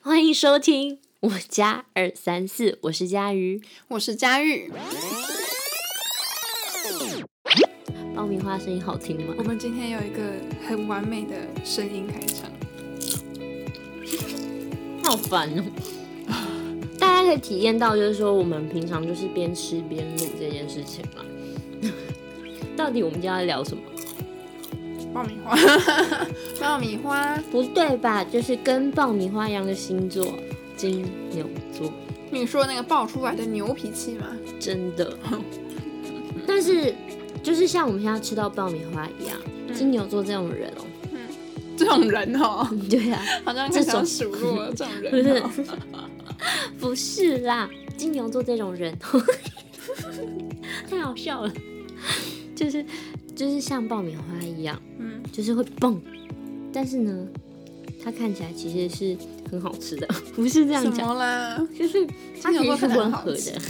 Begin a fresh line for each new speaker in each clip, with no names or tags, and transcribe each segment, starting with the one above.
欢迎收听我家二三四，我是佳瑜。
我是佳玉，
爆米花声音好听吗
我？们今天有一个很完美的声音开场，
好烦哦！大家可以体验到，就是说我们平常就是边吃边录这件事情嘛。 到底我们今天要聊什么？
爆米花， 爆米花，
不对吧？就是跟爆米花一样的星座，金牛座。
你说那个爆出来的牛脾气吗？
真 的。但是就是像我们现在吃到爆米花一样，金牛座这种人哦、
这种人哦，
对啊，
好像开始
这种
要数 落这种
不
人、
是
哦，
不是啦，金牛座这种人， 太好笑了，就是就是像爆米花一样，
嗯，
就是会蹦，但是呢，它看起来其实是很好吃的，不是这样
什
讲，
么啦？
就是它
金牛
其实是
座看起来
温
很好
和
吃
的，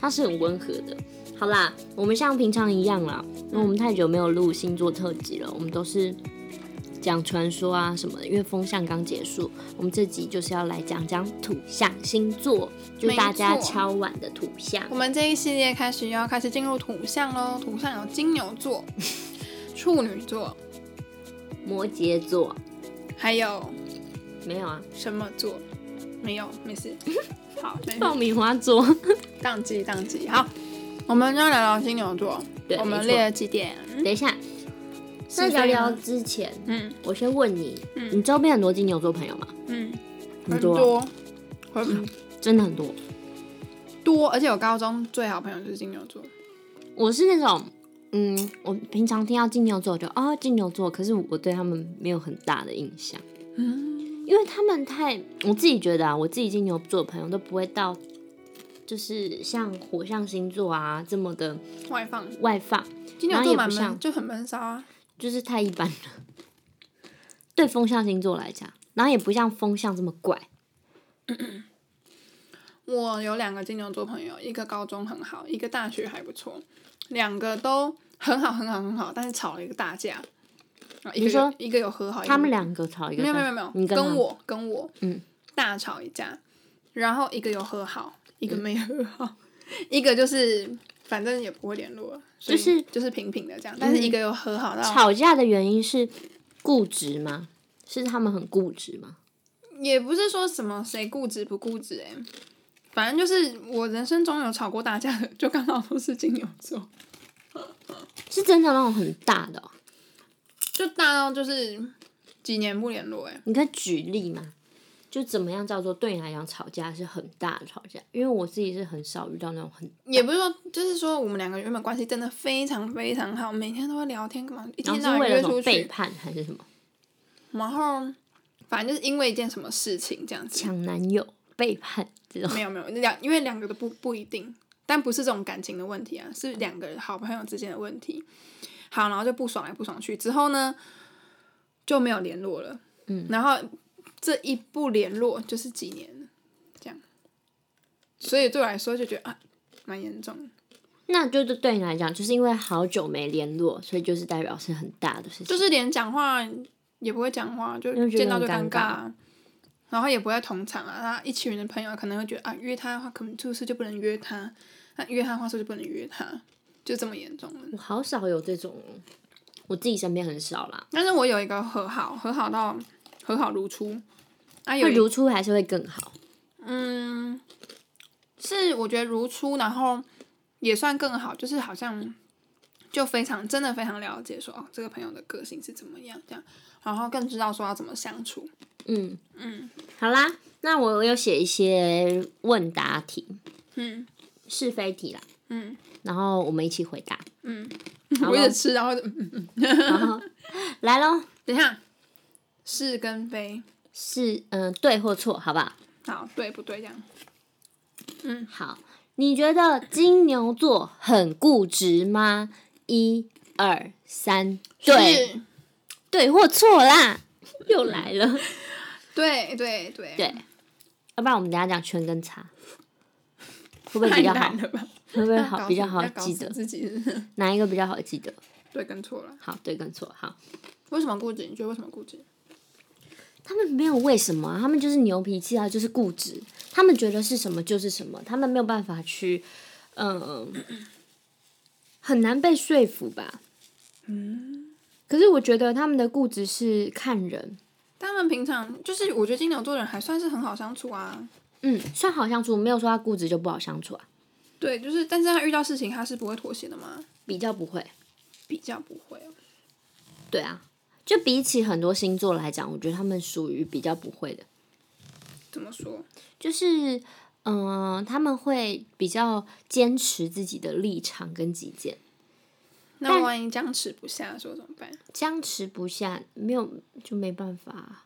它是很温和的。好啦，我们像平常一样啦，因为我
嗯
们太久没有录星座特辑了，我们都是讲传说啊什么的。因为风象刚结束，我们这集就是要来讲讲土象星座，就大家
没错
敲碗的土象。
我们这一系列开始要开始进入土象喽，土象有金牛 座、处女座，
摩羯座
还有
没 有啊，
什么座？没有，没事。 好，没事
爆米花座
宕机，宕机。好，我们要聊聊金牛座，
对，
我
没
们
错
列了几点？
等一下，那
是
聊
非
聊
吗
之前，
嗯
我先问你，
嗯
你周边很多金牛座朋友吗？
嗯，
很
很
多啊
多，很
真的很多。
多，而且我高中最好朋友就是金牛座，
我是那种，嗯，我平常听到金牛座我就哦金牛座，可是我对他们没有很大的印象，
嗯，
因为他们太，我自己觉得啊，我自己金牛座的朋友都不会到，就是像火象星座啊这么的
外放。
外放，
金
然
牛
后
座
也不
蛮闷，
像
就很闷骚啊。
就是太一般了。对风象星座来讲，然后也不像风象这么怪，
我有两个金牛座朋友，一个高中很好，一个大学还不错，两个都很好，很好，很好，但是吵了一个大架。啊一个
你说
有一个有和好，一个
他们两个吵一个
没有没
大
有没有没
你
有，
跟他
跟我跟我
嗯
大吵一架，然后一个有和好，
嗯
一个没和好， 一个就是反正也不会联络了，所以
就是嗯
就是平平的这样，但是一个有和好到
吵架的原因是固执吗？是他们很固执吗？
也不是说什么谁固执不固执哎、反正就是我人生中有吵过大架的，就刚好都是金牛座，
是真的那种很大的、哦，
就大到就是几年不联络哎、
你可以举例吗？就怎么样叫做对你来讲吵架是很大的吵架？因为我自己是很少遇到那种很
也不是说就是说我们两个原本关系真的非常非常好，每天都会聊天，干嘛一
然
天
后
到
是
晚
为了
约
什
出
么背
去，
叛还是什么
然后反正就是因为一件什么事情这样子，
抢男友、背叛这种，
没有没有两，因为两个都不不一定，但不是这种感情的问题啊，是两个好朋友之间的问题。好，然后就不爽来不爽去，之后呢就没有联络了。
嗯，
然后这一不联络就是几年了，这样，所以对我来说就觉得啊，蛮严重的。
那就是对你来讲，就是因为好久没联络，所以就是代表是很大的事情。
就是连讲话也不会讲话，就
就觉得
见到就
很尴
尴尬啊，然后也不会同场啊。那一群人的朋友可能会觉得啊，约他的话，可能出事就不能约他；那约他的话，说就不能约他，就这么严重了。
我好少有这种，我自己身边很少啦。
但是我有一个和好，和好到和好如初啊，有
会
一
如初还是会更好，
嗯，是我觉得如初，然后也算更好，就是好像就非常真的非常了解说哦，这个朋友的个性是怎么样这样，然后更知道说要怎么相处。
嗯嗯，好啦，那我有写一些问答题、
嗯。
是非题啦，
嗯
然后我们一起回答。
嗯，
好
我一
咯
直吃，然后就嗯
然后来喽，
等一下，是跟非，
是嗯、呃对或错，好不好？
好对不对？这样
好，你觉得金牛座很固执吗？一、二、三，对，
是，
对或错啦，又来了。
对对对
对，要不然我们等一下讲圈跟叉，会不会
太
比较好
难？了吧？
会不会
要搞
好
死
比较好
要搞
记
死
得？
自己 是
哪一个比较好记得？
对跟错了。
好，对跟错，好。
为什么固执？你觉得为什么固执？
他们没有为什么啊、他们就是牛脾气啊，就是固执，他们觉得是什么就是什么，他们没有办法去，嗯、很难被说服吧。嗯，可是我觉得他们的固执是看人，
但他们平常就是，我觉得金牛座人还算是很好相处啊。
嗯，算好相处，没有说他固执就不好相处啊，
对，就是，但是他遇到事情他是不会妥协的嘛，
比较不会。
比较不会哦。
对啊，就比起很多星座来讲，我觉得他们属于比较不会的，
怎么说？
就是嗯、呃他们会比较坚持自己的立场跟己见，
那万一僵持不下的时候怎么办？
僵持不下，没有就没办法啊、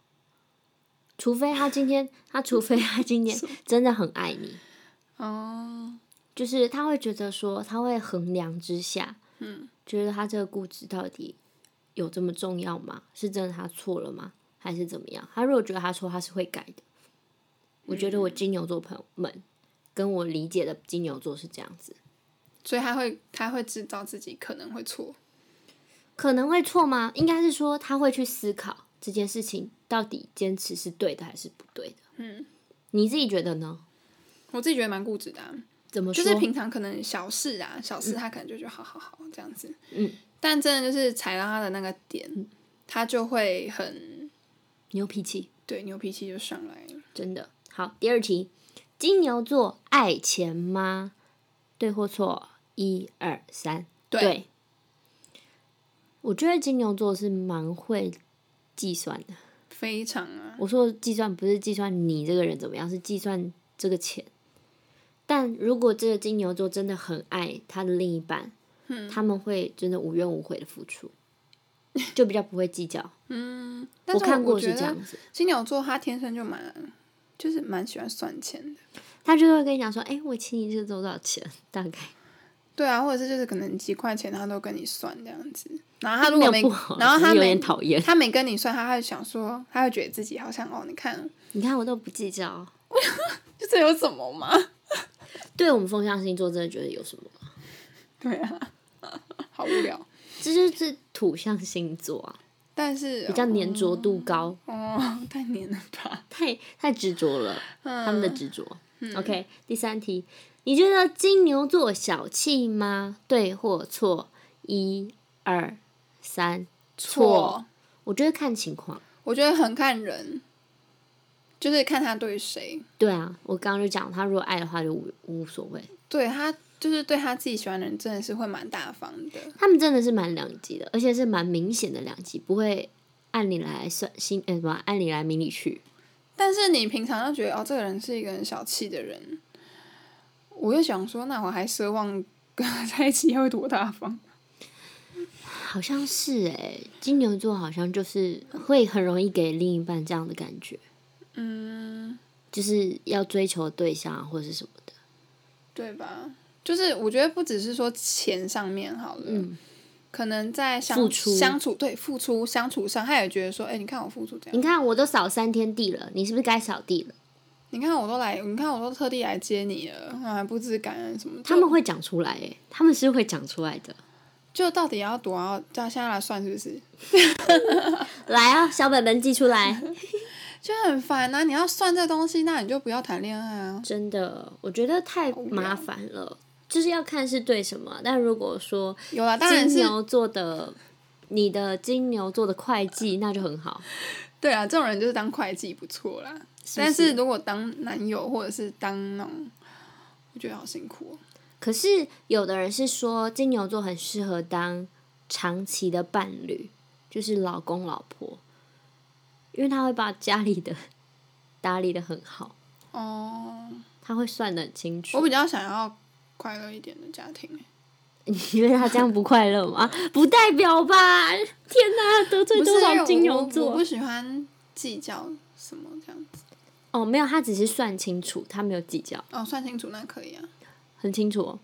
除非他今天，他除非他今天真的很爱你，
哦，
就是他会觉得说，他会衡量之下，嗯，觉得他这个固执到底有这么重要吗？是真的他错了吗？还是怎么样？他如果觉得他错，他是会改的。我觉得我金牛座朋友们跟我理解的金牛座是这样子，
所以他会他会知道自己可能会错，
可能会错吗？应该是说他会去思考这件事情到底坚持是对的还是不对的。
嗯，
你自己觉得呢？
我自己觉得蛮固执的、啊，
怎么
就
说？
是平常可能小事啊，小事他可能就觉得好好好这样子，
嗯，
但真的就是踩到他的那个点，他就会很
牛脾气。
对牛脾气就上来了。
真的。好，第二题，金牛座爱钱吗？对或错？一二三，
对
我觉得金牛座是蛮会计算的。
非常啊，
我说的计算不是计算你这个人怎么样，是计算这个钱。但如果这个金牛座真的很爱他的另一半，
嗯
他们会真的无怨无悔的付出，就比较不会计较。
但是
看
我
过
觉
是这
得
样子，
金牛座他天生就蛮，就是蛮喜欢算钱的。
他就会跟你讲说：“哎、我请你这个多少钱？”大概
对啊，或者是就是可能几块钱他都跟你算这样子，然后他如
没
果
有
没
不好，，
然后
只是
他
有
没
点讨厌。
他没跟你算，他会想说，他会觉得自己好像哦，你看
你看我都不计较，
就这有什么嘛？
对我们风象星座真的觉得有什么？
对啊， 好无聊。
这就是土象星座啊，
但是
比较粘着度高，
哦， 太黏了吧？
太太执着了，他们的执着。OK，第三题，你觉得金牛座小气吗？对或错？一、二、三，错。我觉得看情况。
我觉得很看人，就是看他对谁，
对啊，我刚刚就讲，他如果爱的话就无无所谓。
对他就是对他自己喜欢的人真的是会蛮大方的。
他们真的是蛮两极的，而且是蛮明显的两极，不会按你来算心，呃，什么按你来明里去。
但是你平常就觉得哦，这个人是一个很小气的人，我就想说，那我还奢望跟他在一起会多大方？
好像是哎、金牛座好像就是会很容易给另一半这样的感觉，
嗯，
就是要追求的对象啊或者是什么的。
对吧？就是我觉得不只是说钱上面好了，
嗯，
可能在相
付出
相处对付出相处上，他也觉得说，哎、你看我付出这样，
你看我都扫三天地了，你是不是该扫地了？
你看我都来，你看我都特地来接你了，啊还不知感恩什么？
他们会讲出来哎、他们是会讲出来的。
就就到底要多要，叫现在来算是不是？
来啊，小本本记出来。
就很烦啊！你要算这东西，那你就不要谈恋爱啊。
真的，我觉得太麻烦了，就是要看是对什么。但如果说
有啦，当然
金
是
牛座的，你的金牛座的会计，那就很好。
对啊，这种人就是当会计不错啦。但是如果当男友或者是当那种，我觉得好辛苦、哦。
可是有的人是说金牛座很适合当长期的伴侣，就是老公老婆，因为他会把家里的打理的很好，
哦、
他会算的很清
我
楚。
比较想要快乐一点的家庭、欸。
因为他这样不快乐吗？ 不代表吧！天哪，得罪
不是
多
因为
少
我
金
我
牛
我
座
不？喜欢计较什么这样子。
哦，没有，他只是算清楚，他没有计较，
哦，算清楚那可以啊，
很清楚、哦，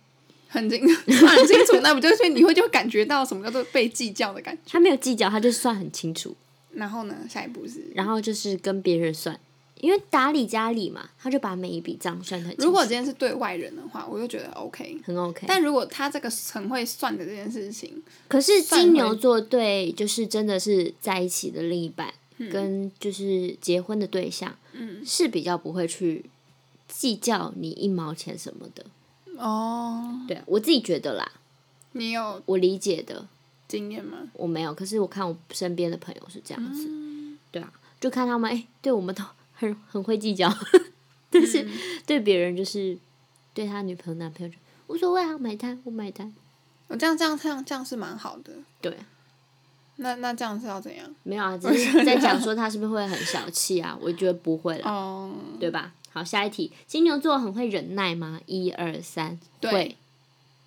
很清 算很清楚，那不就是你会就感觉到什么叫做被计较的感觉？
他没有计较，他就算很清楚。
然后呢，下一步是，
然后就是跟别人算，因为打理家里嘛，他就把每一笔账算得很清楚。
如果今天是对外人的话，我就觉得 OK。
很 OK，
但如果他这个很会算的这件事情，
可是
算
金
回
牛座对就是真的是在一起的另一半跟就是结婚的对象，是比较不会去计较你一毛钱什么的。
哦，
对我自己觉得啦，
你有
我理解的，
经验吗？
我没有，可是我看我身边的朋友是这样子，对啊，就看他们，哎、对我们都很很会计较， 但是对别人就是对他女朋友、男朋友就无所谓啊，买单我买单，
我哦这样这样这样这样是蛮好的。
对，啊
那那这样是要怎样？
没有啊，只是在讲说他是不是会很小气啊？我觉得不会啦，
哦，
对吧？好，下一题，金牛座很会忍耐吗？一二三，
对
会，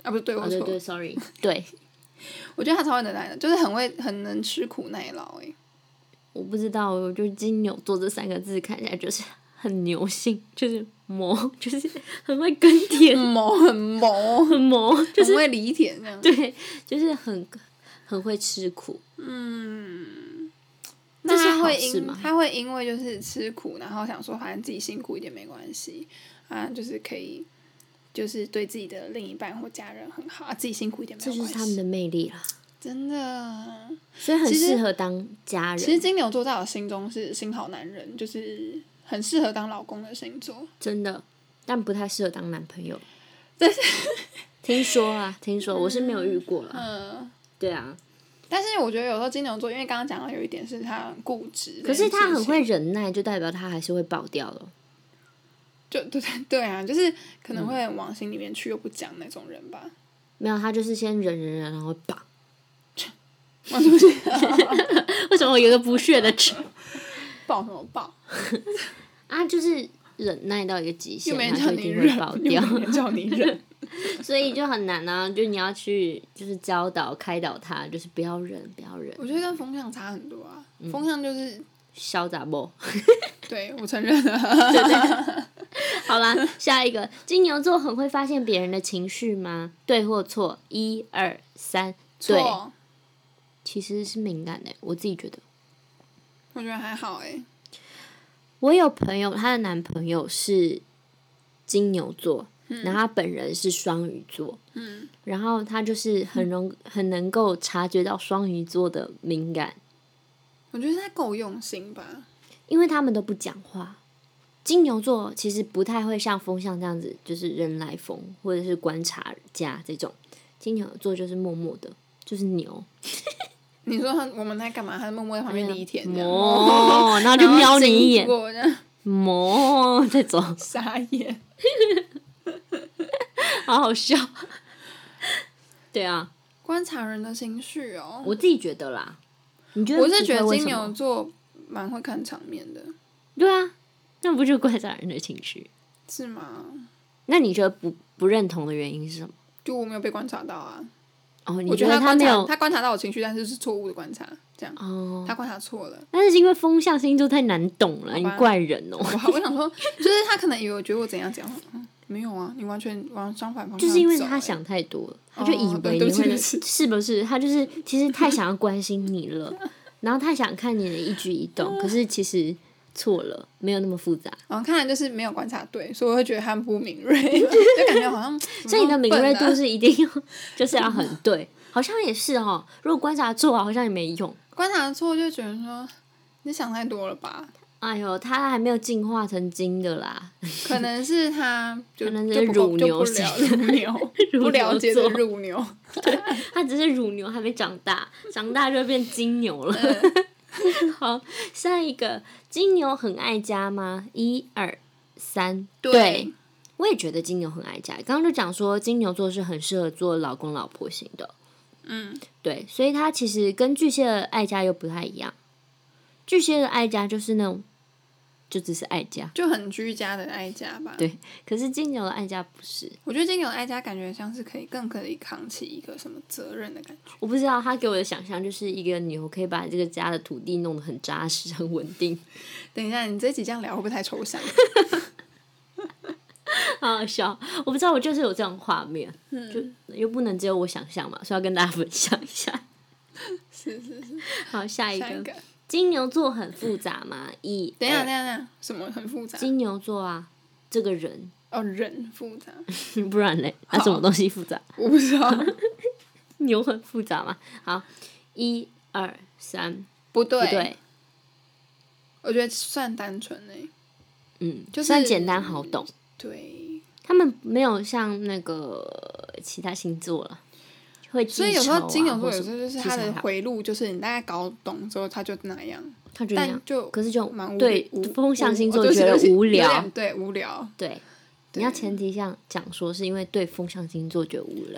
啊，不是对
哦
我
对
错，
对，sorry，对，
我觉得他超会能耐的，就是很会很能吃苦耐劳欸诶。
我不知道，我就是金牛座这三个字看起来就是很牛性，就是磨，就是很会耕田，
谋 很谋，
很磨，就
很
是
会理解这样。
对，就是很很会吃苦，
那
这是
他
好
会
事
因
吗
他会因为就是吃苦，然后想说反正自己辛苦一点没关系啊，就是可以就是对自己的另一半或家人很好，啊、自己辛苦一点没
这
有
就
关
是他们
系。
的魅力啦。
真的，
所以很
其实
适合当家
其实
人，
金牛座在我心中是心好男人，就是很适合当老公的星座。
真的，但不太适合当男朋友。但是 听说啊，听说我是没有遇过啦。
嗯，
对啊，
但是我觉得有时候金牛座，因为刚刚讲到有一点是他很固执，
可是他很会，忍耐，就代表他还是会爆掉了。
就对对对啊，就是可
嗯
能会往心里面去又不讲那种人 吧。
没有，他就是先忍忍忍，然后爆。
我是不是
为什么我有一个不屑的 齿？
爆什么爆？
啊，就是忍耐到一个极限，
又没人
它
叫
就一
你
定
忍
会爆，
又
掉，
没人叫你忍。
所以就很难啊。就你要去，就是教导、开导他，就是不要忍，不要忍，
我觉得跟风向差很多啊，
嗯
风向就是
潇洒不？
对我承认了，
好啦，下一个，金牛座很会发现别人的情绪吗？对或错？一二三，对，
错，
其实是敏感的，我自己觉得。
我觉得还好哎、
我有朋友，她的男朋友是金牛座，然后她本人是双鱼座，
嗯，
然后她就是很容很能够察觉到双鱼座的敏感，
我觉得他够用心吧，
因为他们都不讲话。金牛座其实不太会像风象这样子，就是人来疯或者是观察家这种。金牛座就是默默的，就是牛，
你说他我们在干嘛？他默默在旁边理舔 这样，
磨， 然后嗯就瞄你一眼
然，后 经过这样
磨，再 走，
傻眼。
好好笑。 对啊，
观察人的情绪哦，
我自己觉得啦。你觉得？
我是觉得金
为什
牛
么
座蛮会看场面的，
对啊，那不就观察人的情绪？
是吗？
那你觉得不不认同的原因是什么？
就我没有被观察到啊，
哦，你
我觉
得
得
他
观
没
察
有
他观察到我情绪，但是是错误的观察，这样
哦？
他观察错了。
但是因为风象星座太难懂了，你
吧
怪人哦、
我好我想说，就是他可能以为我觉得我怎样怎样，嗯没有啊，你完全往相反方向走、
就是因为他
欸
想太多了，他就以
哦
为
对
你
对不起
会
对不起
是不是？他就是其实太想要关心你了，然后太想看你的一举一动，可是其实错了，没有那么复杂。
然后嗯看来就是没有观察对，所以我会觉得他们不敏锐，就感觉好像
所以你的敏锐度
怎么那么笨啊
是一定要， 就是要很对。好像也是哦，如果观察错，好像也没用。
啊观察错，就觉得说你想太多了吧？
哎呦，他还没有进化成精的啦，
可能是他就
可能是
就不够
乳
就
牛
不
型
了 乳牛不了解的
乳牛座
乳牛，
他只是乳牛还没长大，长大就会变金牛了。 好，下一个，金牛很爱家吗？一二三，
对，
我也觉得金牛很爱家。刚刚就讲说，金牛座是很适合做老公老婆型的，
嗯，
对，所以它其实跟巨蟹的爱家又不太一样。巨蟹的爱家就是那种，就只是爱家，
就很居家的爱家吧。
对可是金牛的爱家不是。
我觉得金牛爱家感觉像是可以更可以扛起一个什么责任的感觉。
我不知道他给我的想象就是一个牛可以把这个家的土地弄得很扎实、很稳定，
等一下，你这几这样聊会不会太抽象？
好好笑。 我不知道，我就是有这种画面，
嗯
就又不能只有我想象嘛，所以要跟大家分享一下。
是是是，
好，下一个，
下一个。
金牛座很复杂吗？一，
等一下，
二
等一下，等一下，什么很复杂？
金牛座啊，这个人，
哦，人复杂，
不然嘞，他什么东西复杂？
我不知道，
牛很复杂吗？好，一二三，
不对，
不对，
我觉得算单纯诶、
嗯，
就是
算简单好懂。
对，
他们没有像那个其他星座了，会记
所以有时
仇啊
候金牛座
或什
有时
么
候就是
记
他
仇
的
好
回路，就是你大概搞懂之后，他就那样，
他觉得那
但
样，
就
可是就
蛮无
哦对
无
风象星座
无
觉得
就是
无
有
聊
点对无聊，
对，你要前提上讲说是因为对风象星座觉得无聊，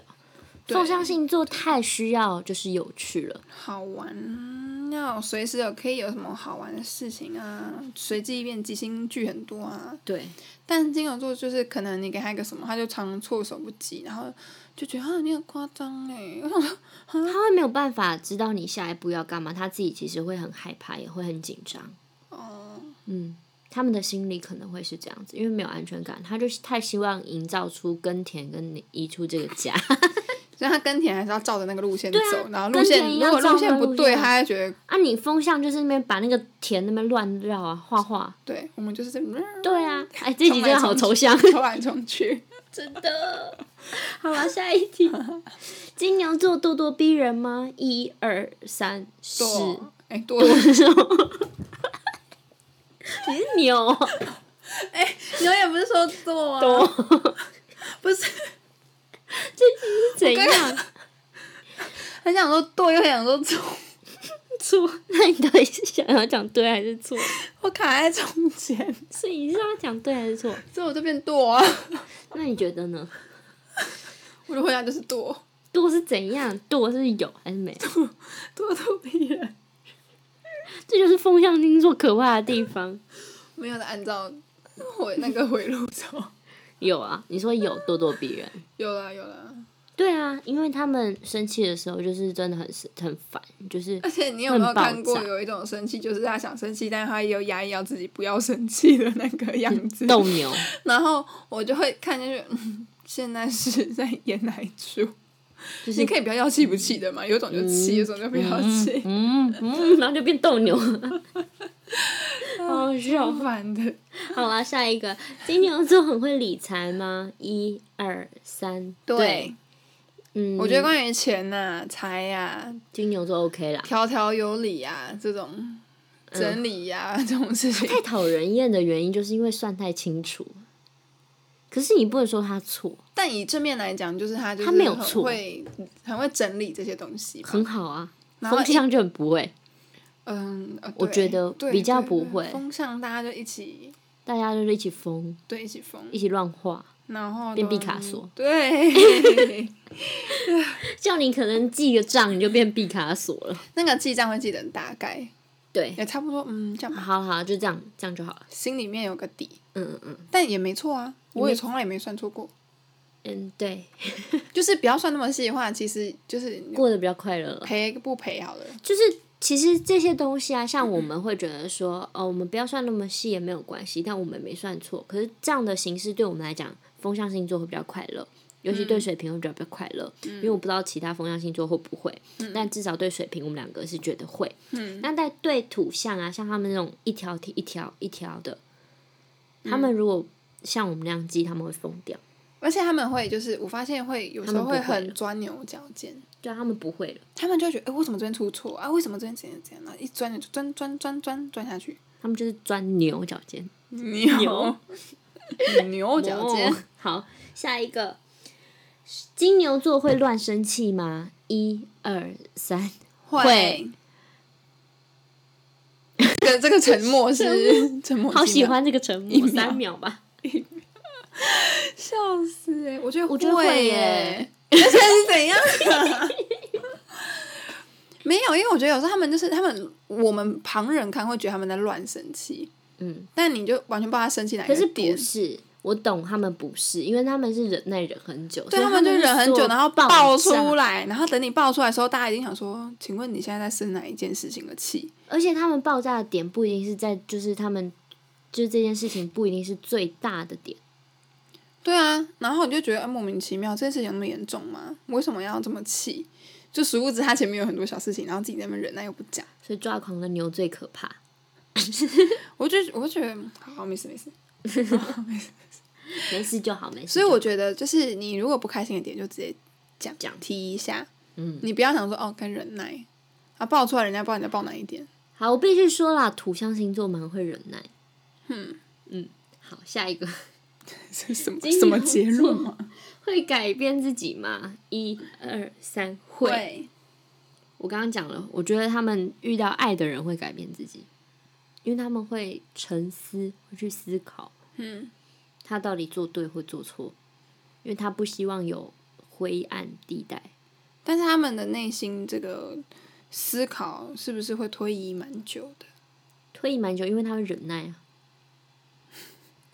对
风象星座太需要就是有趣了，
好玩，要随时有可以有什么好玩的事情啊，随机变即兴剧很多啊。
对，
但金牛座就是可能你给他一个什么，他就常措手不及，然后就觉得啊你很夸张哎， 我想说
他会没有办法知道你下一步要干嘛，他自己其实会很害怕，也会很紧张，
哦、
嗯。他们的心理可能会是这样子，因为没有安全感，他就是太希望营造出耕田跟你移出这个家。
所以他耕田还是要照着那个路线走，然后路
啊耕田
线
一
如
样
果
照
路
那
线
个
不
路
对，
线
他会觉得
啊，你风向就是那边把那个田那边乱绕啊，画画。
对我们就是这么
对啊，哎，这集真的好抽象，
冲来 冲去。
真的。 好了，下一题。金牛座咄咄逼人吗？一二三四，
多哎、多 多，你
你是牛哦
也不是说多、啊，
多，
不是
怎样
很想说多，又想说错，
错？ 那你到底是想要讲对还是错？
我卡在中间，
所以你是要讲对还是错？
所以我就变多、啊。
那你觉得呢？
我的回答就是多，
惰是怎样？惰是有还是没？
咄咄逼人，
这就是风象星座可怕的地方。
没有的按照回那个回路走。
有啊，你说有咄咄逼人。
有啦有啦，
对啊，因为他们生气的时候就是真的很生很烦，就是
而且你有没有
很爆
看过
炸
有一种生气，就是他想生气，但他也有压抑要自己不要生气的那个样子。
斗 牛。
然后我就会看进去，嗯，现在 是在演哪一出？
就是
你可以不要要气不气的嘛，有种就气，有种就不要气，
嗯嗯，然后就变斗牛， 好好笑
超。烦的。
好啦，下一个，金牛座很会理财吗？一二三，对，，嗯，
我觉得关于钱呐、财呀、
金牛座 OK 啦。
条条有理呀、这种
嗯
整理呀、这种事 情，
太讨人厌的原因就是因为算太清楚，可是你不能说他错，
但以正面来讲，就是他就是
他没有
很
错
会很会整理这些东西吧。
很好啊。
然后
风气上就很不会，
嗯，呃
我
对
觉得
对
比较
对
不
对
会
风向，大家就一起
大家就是一起疯，
对一起疯，
一起乱画。
然后
变
都
毕卡索
对。
叫你可能记个账，你就变毕卡索了。
那个记账会记得很大概，
对，
也差不多，嗯，这样吧，
好了好了，就这样，这样就好了。
心里面有个底，
嗯嗯嗯
但也没错啊，我也从来也没算错过，
嗯，对，
就是不要算那么细的话，其实就是
过得比较快乐了。
赔不赔好了，
就是其实这些东西啊，像我们会觉得说，哦，我们不要算那么细也没有关系，但我们没算错。可是这样的形式对我们来讲，风象星座会比较快乐。尤其对水瓶会比较比较快乐，因为我不知道其他风象星座会不会，但至少对水瓶我们两个是觉得会。
嗯
那在对土象啊，像他们那种一条题一条一条的，他们如果像我们那样记，他们会疯掉。
而且他们会就是我发现会有时候
他们不会了
很钻牛角尖。
对啊，他们不会了，
他们就会觉得，哎、为什么这边出错啊？为什么这边怎样怎样？然后一钻就钻钻钻钻钻下去，
他们就是钻牛角尖。
牛 牛角尖
哦。 好，下一个，金牛座会乱生气吗？一二三，会。
这这个沉 默是沉默，
好喜，欢这个沉默，三秒吧。
笑死哎、我觉得
我觉得会
会
耶
耶， 而且是怎样、 啊？没有，因为我觉得有时候他们就是他们，我们旁人看会觉得他们在乱生气，
嗯，
但你就完全不知道他生气哪
可
一
是
个
不
点。
是，我懂他们不是，因为他们是忍耐忍很久，所
对
以
他
他
们就忍很久，然后爆出
来，
来，然后等你爆出来的时候，大家已经想说：“请问你现在在生哪一件事情的气
而且他们爆炸的点不一定是在，就是他们就是这件事情不一定是最大的点。？”
对啊，然后你就觉得、啊、莫名其妙，这件事情有那么严重吗？为什么要这么气？就殊不知他前面有很多小事情，然后自己在那边忍耐又不讲。
所以抓狂的牛最可 怕。
我就我就觉得好好没事没事，
没事就好，没事
所
就
以
好。
我觉得就是你如果不开心的点就直接讲
讲
提一下，
嗯，
你不要想说哦该忍耐，啊爆出来人家不知道你在爆哪一点，
好，我必须说啦，土象星座蛮会忍耐。
嗯，
嗯，好，下一个
是什么
金牛
什么结论
座
吗？
会改变自己吗？一二三，会。
会，
我刚刚讲了，我觉得他们遇到爱的人会改变自己，因为他们会沉思，会去思考
嗯，
他到底做对或做错，因为他不希望有灰暗地带。
但是他们的内心这个思考是不是会推移蛮久的？
推移蛮久，因为他会忍耐啊。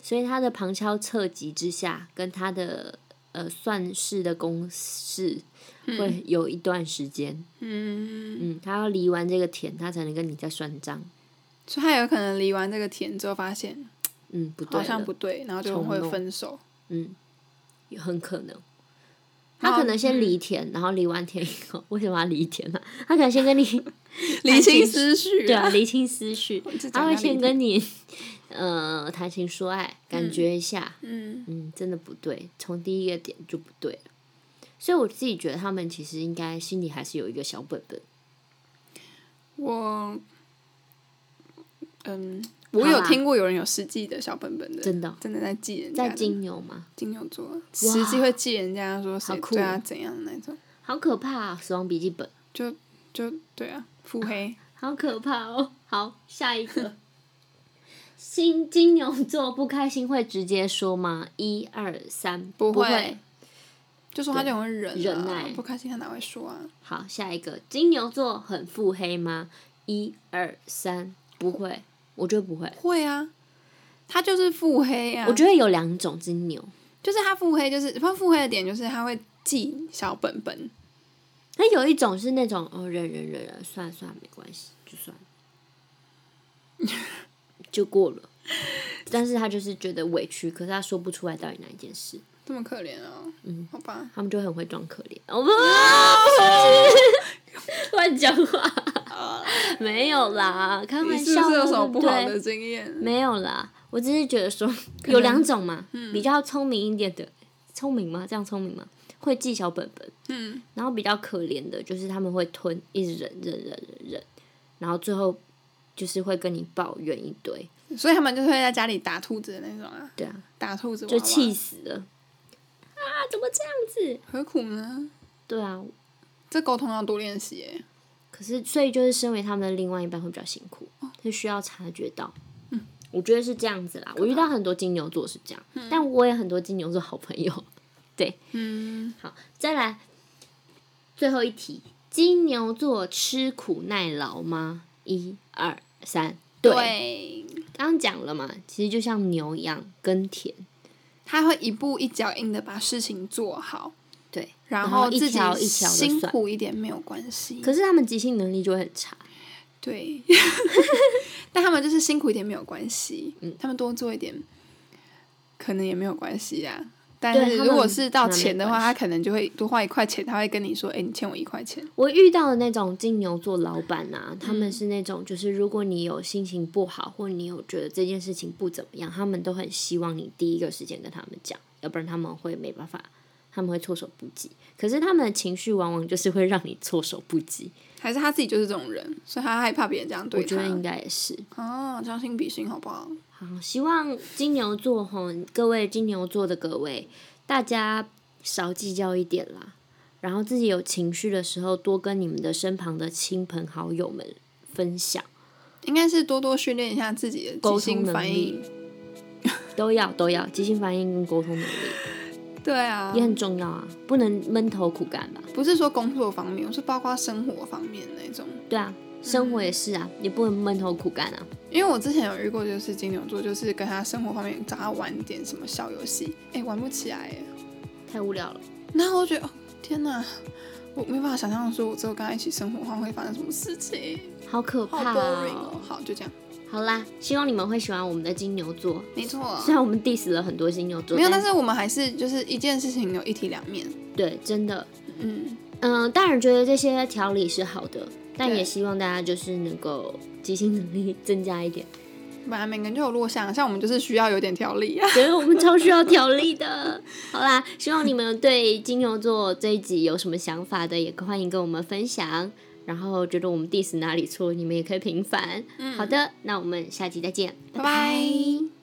所以他的旁敲侧击之下，跟他的呃算式的公式会有一段时间。
嗯，
嗯，他要离完这个田，他才能跟你再算账。
所以他有可能离完这个田之后，发现
嗯，不对
好
了，
像不对，然后就会
重弄
分手。
嗯，也很可能。他
然后
可能先离田，然后离完田以后，为什么要离田呢、他可能先 跟你
理清思绪、
对啊，厘清思绪
我一直，讲
他会
要理
先
田
跟你呃谈情说爱，感觉一下，
嗯，
嗯，真的不对，从第一个点就不对了。所以我自己觉得他们其实应该心里还是有一个小本
啊
本。
我，嗯，我
好
有
啦
听过有人有实际的小本本的，
真的哦
真的在记人家
在
的
金牛嘛，
金牛座，实际会记人家说谁
好酷
对他
哦
怎样那种，
好可怕、啊！死亡笔记本，
就就对啊，腹黑，
好可怕哦。好，下一个，新金牛座不开心会直接说吗？一二三，
不
不
会就说他就很会忍、啊、
忍耐
不开心他哪会说啊？
好，下一个，金牛座很腹黑吗？一二三，不会，我觉得不会。
会啊，他就是腹黑啊。
我觉得有两种金牛，
就是他腹黑，就是他腹黑的点就是他会记小本本，
那有一种是那种哦，忍忍忍忍，算了算了，没关系，就算了， 就过了。但是他就是觉得委屈，可是他说不出来到底哪一件事，
这么可怜哦。嗯，好吧，
他们就很会装可怜。哦不， 不是乱讲话，没有啦，开玩
你是
笑
不是
的，
有什么
对
不
对
好的经验？
没有啦，我只是觉得说有两种嘛，比较聪明一点的，聪明吗？这样聪明吗？会记小本本，
嗯，
然后比较可怜的就是他们会吞，一直忍忍忍忍忍，然后最后就是会跟你抱怨一堆，
所以他们就是会在家里打兔子的那种啊，
对啊，
打兔子娃
就
娃
气死了啊！怎么这样子？
何苦呢？
对啊，
这沟通要多练习耶。
可是所以就是身为他们的另外一半会比较辛苦，是需要察觉到。我觉得是这样子啦，我遇到很多金牛座是这样，但我也很多金牛座好朋友。
嗯，
好，再来最后一题，金牛座吃苦耐劳吗？一二三，对，
对，
刚刚讲了嘛，其实就像牛一样耕田，
他会一步一脚印的把事情做好，
对，
然
后一
自己
条一条
辛
的算。
苦一点没有关系。
可是他们即兴能力就会很差，
对， 但他们就是辛苦一点没有关系，
嗯
他们多做一点，可能也没有关系啊。但
对
是
他
如果
们
是到
可能没
钱的话，
关
他
系
可能就会多花一块钱，他会跟你说：“哎、你欠我一块钱。
我遇到的那种金牛座老板啊，他们是那种就是如果你有心情不好，或你有觉得这件事情不怎么样，他们都很希望你第一个时间跟他们讲，要不然他们会没办法，他们会措手不及。可是他们的情绪往往就是会让你措手不及，”
还是他自己就是这种人，所以他害怕别人这样
我
对啊
觉
他
得。应该也是。
哦，将心比心，好不好？
好，希望金牛座吼，各位金牛座的各位，大家少计较一点啦。然后自己有情绪的时候，多跟你们的身旁的亲朋好友们分享。
应该是多多训练一下自己的即
沟
兴
通能
反
力。
应
都要都要，即兴反应跟沟通能力
对啊
也，很重要啊，不能闷头苦干吧？
不是说工作方面，我是包括生活方面那种。
对啊，生活也是啊，也不能闷头苦干啊。
因为我之前有遇过，就是金牛座，就是跟他生活方面找他玩点什么小游戏，哎、玩不起来耶。
太无聊了，
然后我就觉得，哦，天哪，我没办法想象说我之后跟他一起生活的话会发生什么事情，
好可
好
怕
boring
哦
哦。。好，就这样，
好啦，希望你们会喜欢我们的金牛 座。
没错。
虽然我们 diss 了很多金牛座，
没有，但是我们还是就是一件事情有一体两面。
对，真的，
嗯，
嗯，当然觉得这些调理是好的，但
对
也希望大家就是能够即兴能力增加一点，
本来每个人就有弱项，像我们就是需要有点条理啊。
觉得我们超需要调理的。好啦，希望你们对金牛座这一集有什么想法的，也欢迎跟我们分享。然后觉得我们 diss 哪里错，你们也可以平反。好的，那我们下期再见，拜
拜拜